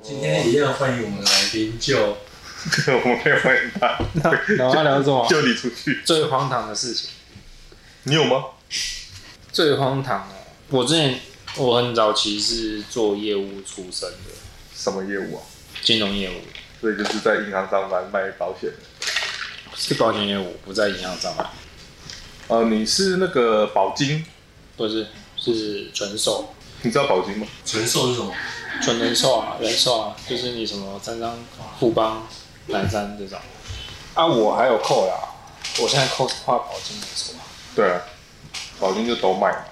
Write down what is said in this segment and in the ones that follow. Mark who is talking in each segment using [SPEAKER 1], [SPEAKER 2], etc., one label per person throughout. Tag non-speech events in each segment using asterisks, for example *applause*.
[SPEAKER 1] 今天一样欢迎我们的来宾就
[SPEAKER 2] *laughs* 我没有回答，
[SPEAKER 3] 然后要聊什么？
[SPEAKER 2] 叫你出去，
[SPEAKER 3] 最荒唐的事情，
[SPEAKER 2] 你有吗？
[SPEAKER 3] 最荒唐哦！我之前我很早期是做业务出身的，
[SPEAKER 2] 什么业务啊？
[SPEAKER 3] 金融业务
[SPEAKER 2] 所以就是在银行上班卖保险的。
[SPEAKER 3] 是保险业务，不在银行上班，
[SPEAKER 2] 呃，你是那个保金，
[SPEAKER 3] 不是是纯寿，
[SPEAKER 2] 你知道保金吗？
[SPEAKER 1] 纯瘦是什么？
[SPEAKER 3] 纯人寿啊，人寿啊，就是你什么三张、富邦、南山这种。啊，我还有扣啦，我现在扣花保金没错啊，
[SPEAKER 2] 对啊，保金就都卖嘛。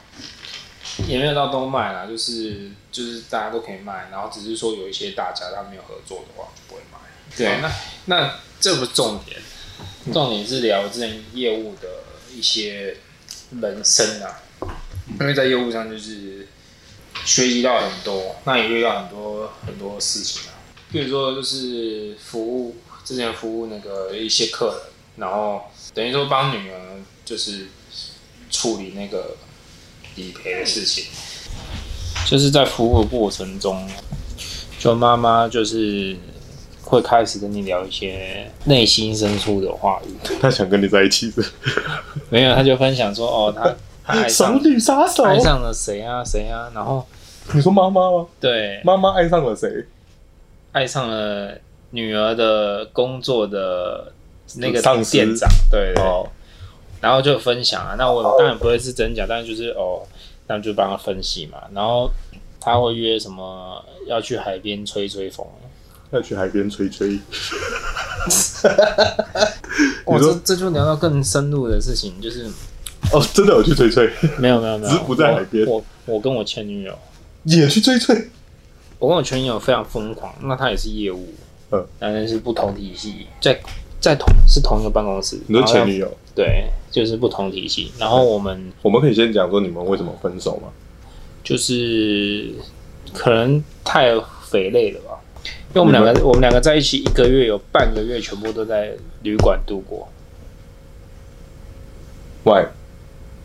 [SPEAKER 3] 也没有到都卖啦，就是就是大家都可以卖，然后只是说有一些大家他没有合作的话就不会卖。
[SPEAKER 2] 对
[SPEAKER 3] 好那那这不是重点，重点是聊之前业务的一些人生啊，因为在业务上就是学习到很多，那也遇到很多很多事情啊，比如说就是服务之前服务那个一些客人，然后等于说帮女儿就是处理那个理赔的事情，就是在服务的过程中，就妈妈就是会开始跟你聊一些内心深处的话语，
[SPEAKER 2] 他想跟你在一起的，
[SPEAKER 3] 没有，他就分享说
[SPEAKER 2] *laughs*
[SPEAKER 3] 哦，他他爱上
[SPEAKER 2] 女杀手
[SPEAKER 3] 爱上了谁啊谁啊，然后
[SPEAKER 2] 你说妈妈吗？
[SPEAKER 3] 对
[SPEAKER 2] 妈妈爱上了谁？
[SPEAKER 3] 爱上了女儿的工作的那个
[SPEAKER 2] 上司
[SPEAKER 3] 店长，对对
[SPEAKER 2] 哦，
[SPEAKER 3] 然后就分享啊。那我当然不会是真假，但是就是哦，那就帮他分析嘛。然后他会约什么要去海边吹吹风。
[SPEAKER 2] 要去海边吹吹。
[SPEAKER 3] 哦，
[SPEAKER 2] 你说
[SPEAKER 3] 这这就聊到更深入的事情，就是
[SPEAKER 2] 哦，真的有去吹吹，
[SPEAKER 3] 没有没有没有，
[SPEAKER 2] *laughs* 只是不在海边
[SPEAKER 3] 我我我跟我前女友，
[SPEAKER 2] 也去吹吹。
[SPEAKER 3] 我跟我前女友非常疯狂，那她也是业务，
[SPEAKER 2] 嗯，
[SPEAKER 3] 但是是不同体系，在在同是同一个办公室。
[SPEAKER 2] 你说前
[SPEAKER 3] 友？
[SPEAKER 2] 女友，
[SPEAKER 3] 对，就是不同体系。然后我们
[SPEAKER 2] 我们可以先讲说你们为什么分手吗？
[SPEAKER 3] 就是可能太肥累了吧，因为我们两个我们两个在一起一个月有半个月全部都在旅馆度过，
[SPEAKER 2] 喂，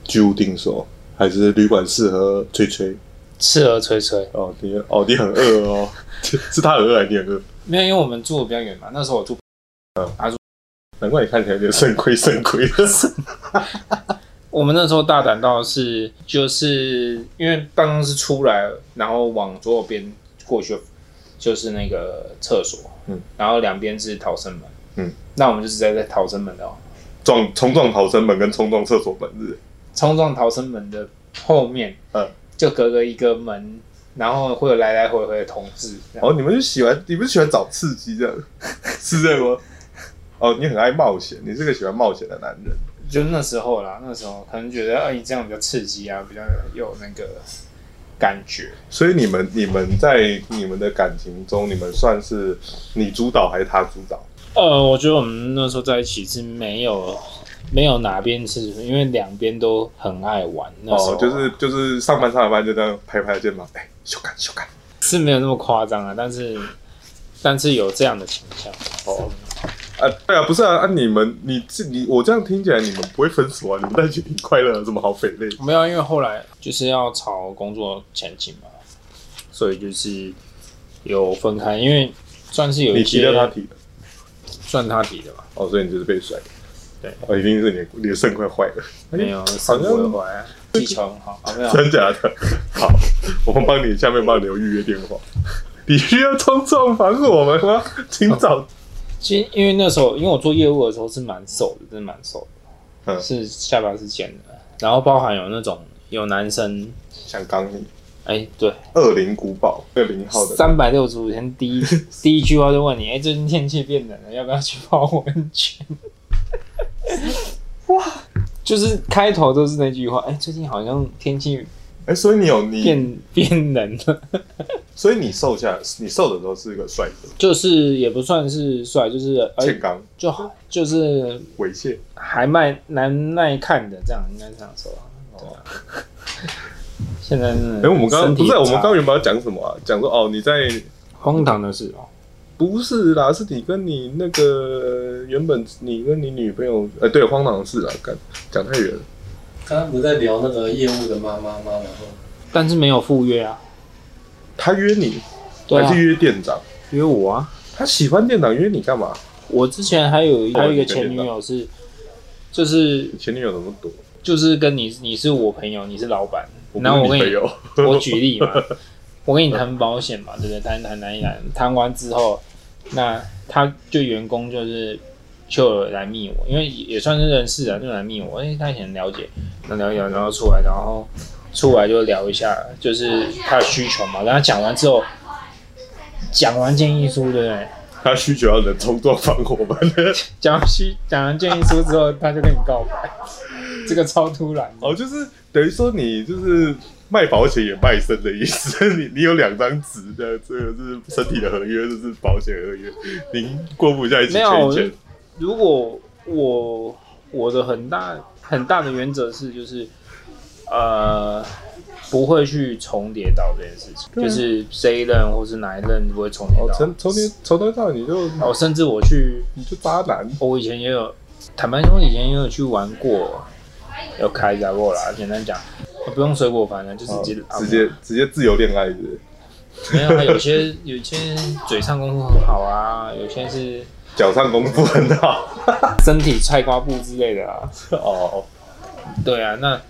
[SPEAKER 2] 注定说还是旅馆适合吹吹。
[SPEAKER 3] 吃喝吹吹。
[SPEAKER 2] 哦，你哦，你很饿哦， *laughs* 是他很饿还是你很饿？
[SPEAKER 3] 没有，因为我们住的比较远嘛，那时候我住，
[SPEAKER 2] 难怪你看起来有点肾亏肾亏的。 *laughs*
[SPEAKER 3] 我们那时候大胆到是就是因为办公室出来，然后往左边过去就是那个厕所，
[SPEAKER 2] 嗯，
[SPEAKER 3] 然后两边是逃生门，
[SPEAKER 2] 嗯，
[SPEAKER 3] 那我们就直接在逃生门的、哦。
[SPEAKER 2] 撞冲撞逃生门跟冲撞厕所门是
[SPEAKER 3] 冲撞逃生门的后面，
[SPEAKER 2] 嗯，
[SPEAKER 3] 就隔个一个门，然后会有来来回回的同事。这样
[SPEAKER 2] 哦，你们就喜欢，你们喜欢找刺激这样， *laughs* 是这样吗？哦，你很爱冒险，你是个喜欢冒险的男人。
[SPEAKER 3] 就那时候啦，那时候可能觉得，哎、你这样比较刺激啊，比较有那个感觉。
[SPEAKER 2] 所以你们你们在你们的感情中，你们算是你主导还是他主导？
[SPEAKER 3] 呃，我觉得我们那时候在一起是没有没有哪边是，因为两边都很爱玩。那时候、
[SPEAKER 2] 哦，就是就是上班上班就这样拍拍肩膀，哎、修改修改。
[SPEAKER 3] 是没有那么夸张啊，但是但是有这样的倾向。
[SPEAKER 2] 哦，啊，对啊，不是啊，啊，你们你自你我这样听起来，你们不会分手啊？你们在一起挺快乐的，怎么好匪类？
[SPEAKER 3] 没有，啊因为后来就是要朝工作前进嘛，所以就是有分开，因为算是有
[SPEAKER 2] 你
[SPEAKER 3] 一
[SPEAKER 2] 提
[SPEAKER 3] 些
[SPEAKER 2] 的他提的，
[SPEAKER 3] 算他提的吧，
[SPEAKER 2] 哦，所以你就是被甩。
[SPEAKER 3] 对，
[SPEAKER 2] 哦，一定是你的你的肾快坏了。
[SPEAKER 3] 没有，
[SPEAKER 2] 哎好
[SPEAKER 3] 好
[SPEAKER 2] 像
[SPEAKER 3] 像怀技巧很好，啊没有，
[SPEAKER 2] *laughs* 真假的？好，我们帮你下面帮你留预约电话。 *laughs* 你需要冲撞防我们吗？请找
[SPEAKER 3] 其实因为那时候因为我做业务的时候是蛮瘦的，真的蛮瘦的，
[SPEAKER 2] 嗯
[SPEAKER 3] 是下巴是尖的，然后包含有那种有男生，
[SPEAKER 2] 想刚你
[SPEAKER 3] 哎、对，
[SPEAKER 2] 二零古堡二零号的。
[SPEAKER 3] 三百六十五天第一 *laughs* 第一句话就问你，哎、最近天气变冷了，要不要去泡温泉？哇，就是开头都是那句话，哎、最近好像天气
[SPEAKER 2] 哎、所以你有你，
[SPEAKER 3] *coughs* 变变冷了，
[SPEAKER 2] 所以你瘦下，你瘦的时候是一个帅哥，
[SPEAKER 3] 就是也不算是帅，就是哎、
[SPEAKER 2] 健康
[SPEAKER 3] 就好，就是
[SPEAKER 2] 猥亵。
[SPEAKER 3] 还蛮蛮耐看的，这样应该这样说。对啊现在是
[SPEAKER 2] 哦 *laughs* 哎、我们刚刚
[SPEAKER 3] 身体
[SPEAKER 2] 不是啊、我们
[SPEAKER 3] 差
[SPEAKER 2] 刚刚原本要讲什么啊？讲说哦，你在
[SPEAKER 3] 荒唐的事哦，
[SPEAKER 2] 不是啦，是你跟你那个原本你跟你女朋友，呃，对，荒唐的事啊，干讲太远了。
[SPEAKER 1] 刚刚不是在聊那个业务的妈妈吗？然后
[SPEAKER 3] 但是没有赴约啊，
[SPEAKER 2] 他约你，
[SPEAKER 3] 对啊
[SPEAKER 2] 还是约店长？
[SPEAKER 3] 约我啊。
[SPEAKER 2] 他喜欢店长约你干嘛？
[SPEAKER 3] 我之前还有一
[SPEAKER 2] 哦
[SPEAKER 3] 还有一个
[SPEAKER 2] 你跟
[SPEAKER 3] 前
[SPEAKER 2] 店
[SPEAKER 3] 女
[SPEAKER 2] 长
[SPEAKER 3] 友是，就是
[SPEAKER 2] 你前女友怎么躲？
[SPEAKER 3] 就是跟你你是我朋友，你是老板，
[SPEAKER 2] 我
[SPEAKER 3] 然后我
[SPEAKER 2] 不
[SPEAKER 3] 跟
[SPEAKER 2] 是
[SPEAKER 3] 你
[SPEAKER 2] 女朋
[SPEAKER 3] *laughs*
[SPEAKER 2] 友，
[SPEAKER 3] 我举例嘛，我跟你谈保险嘛，对不对？谈谈谈一谈，谈完之后，那他就员工就是就有来密我，因为也算是认识啊，就来密我，因为他以前了解，那聊一聊，然后出来，然后出来就聊一下，就是他的需求嘛。然后讲完之后，讲完建议书，对不对？
[SPEAKER 2] 他需求要人冲撞防火门，
[SPEAKER 3] 讲完需讲完建议书之后，他就跟你告白，这个超突然的。
[SPEAKER 2] *laughs* 哦，就是等于说你就是卖保险也卖身的意思， *laughs* 你你有两张纸的，这个是身体的合约，这是保险合约，您过不下一起
[SPEAKER 3] 没有
[SPEAKER 2] 签一
[SPEAKER 3] 我
[SPEAKER 2] 签
[SPEAKER 3] 是。如果我我的很大很大的原则是，就是呃不会去重叠到这件事情，
[SPEAKER 2] 对啊
[SPEAKER 3] 就是这一任或是哪一任不会重叠
[SPEAKER 2] 哦，
[SPEAKER 3] 到。
[SPEAKER 2] 从从你从头到尾你就
[SPEAKER 3] 哦，甚至我去，
[SPEAKER 2] 你就渣男，
[SPEAKER 3] 我以前也有，坦白说，以前也有去玩过，有开闸过啦。简单讲，不用水果盘了，就是直接、啊
[SPEAKER 2] 哦直接直接自由恋爱的，
[SPEAKER 3] 没有啊。有些有些嘴上功夫很好啊，有些是
[SPEAKER 2] 脚上功夫很好。 *laughs*
[SPEAKER 3] 身体菜瓜布之类的 *laughs* 啊。
[SPEAKER 2] 哦，
[SPEAKER 3] 对啊，那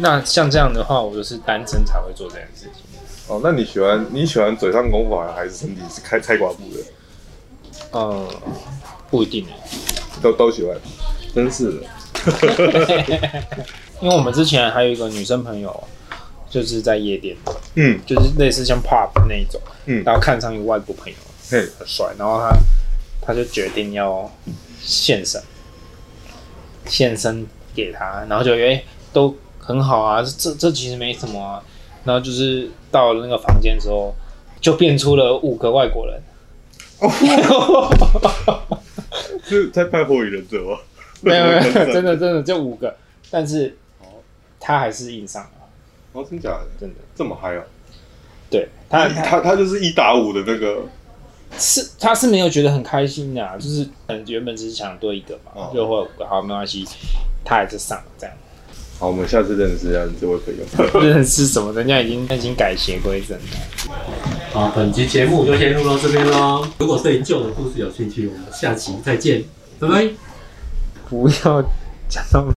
[SPEAKER 3] 那像这样的话，我就是单身才会做这件事情。
[SPEAKER 2] 哦，那你喜欢你喜欢嘴上功夫好还是身体是开菜瓜布的？
[SPEAKER 3] 嗯，不一定欸，
[SPEAKER 2] 都都喜欢，真是的。
[SPEAKER 3] 因为我们之前还有一个女生朋友，就是在夜店，
[SPEAKER 2] 嗯，
[SPEAKER 3] 就是类似像 pub 那一种，
[SPEAKER 2] 嗯
[SPEAKER 3] 然后看上一个外国朋友
[SPEAKER 2] 嘿，
[SPEAKER 3] 很帅，然后他他就决定要献身，献身给他，然后就哎、诶都很好啊，这这其实没什么啊，然后就是到了那个房间之后，就变出了五个外国人。 *laughs*
[SPEAKER 2] 是在拍《火影忍者》吗？
[SPEAKER 3] 哦没有没有，真的真的就五个，但是他还是硬上了，
[SPEAKER 2] 哦，真假的？
[SPEAKER 3] 真的。
[SPEAKER 2] 这么嗨哦！
[SPEAKER 3] 对他
[SPEAKER 2] 他哎他他就是一打五的那个，
[SPEAKER 3] 是他是没有觉得很开心的、啊，就是可能原本只是想多一个嘛，
[SPEAKER 2] 哦
[SPEAKER 3] 就会有五个好没关系，他还是上了这样。
[SPEAKER 2] 好，我们下次认识一下你这位朋友。
[SPEAKER 3] 认识什么？人家已经已经改邪归正了。
[SPEAKER 1] 好，本期节目就先录到这边喽。如果对旧的故事有兴趣，我们下期再见，拜拜。
[SPEAKER 3] 不要讲到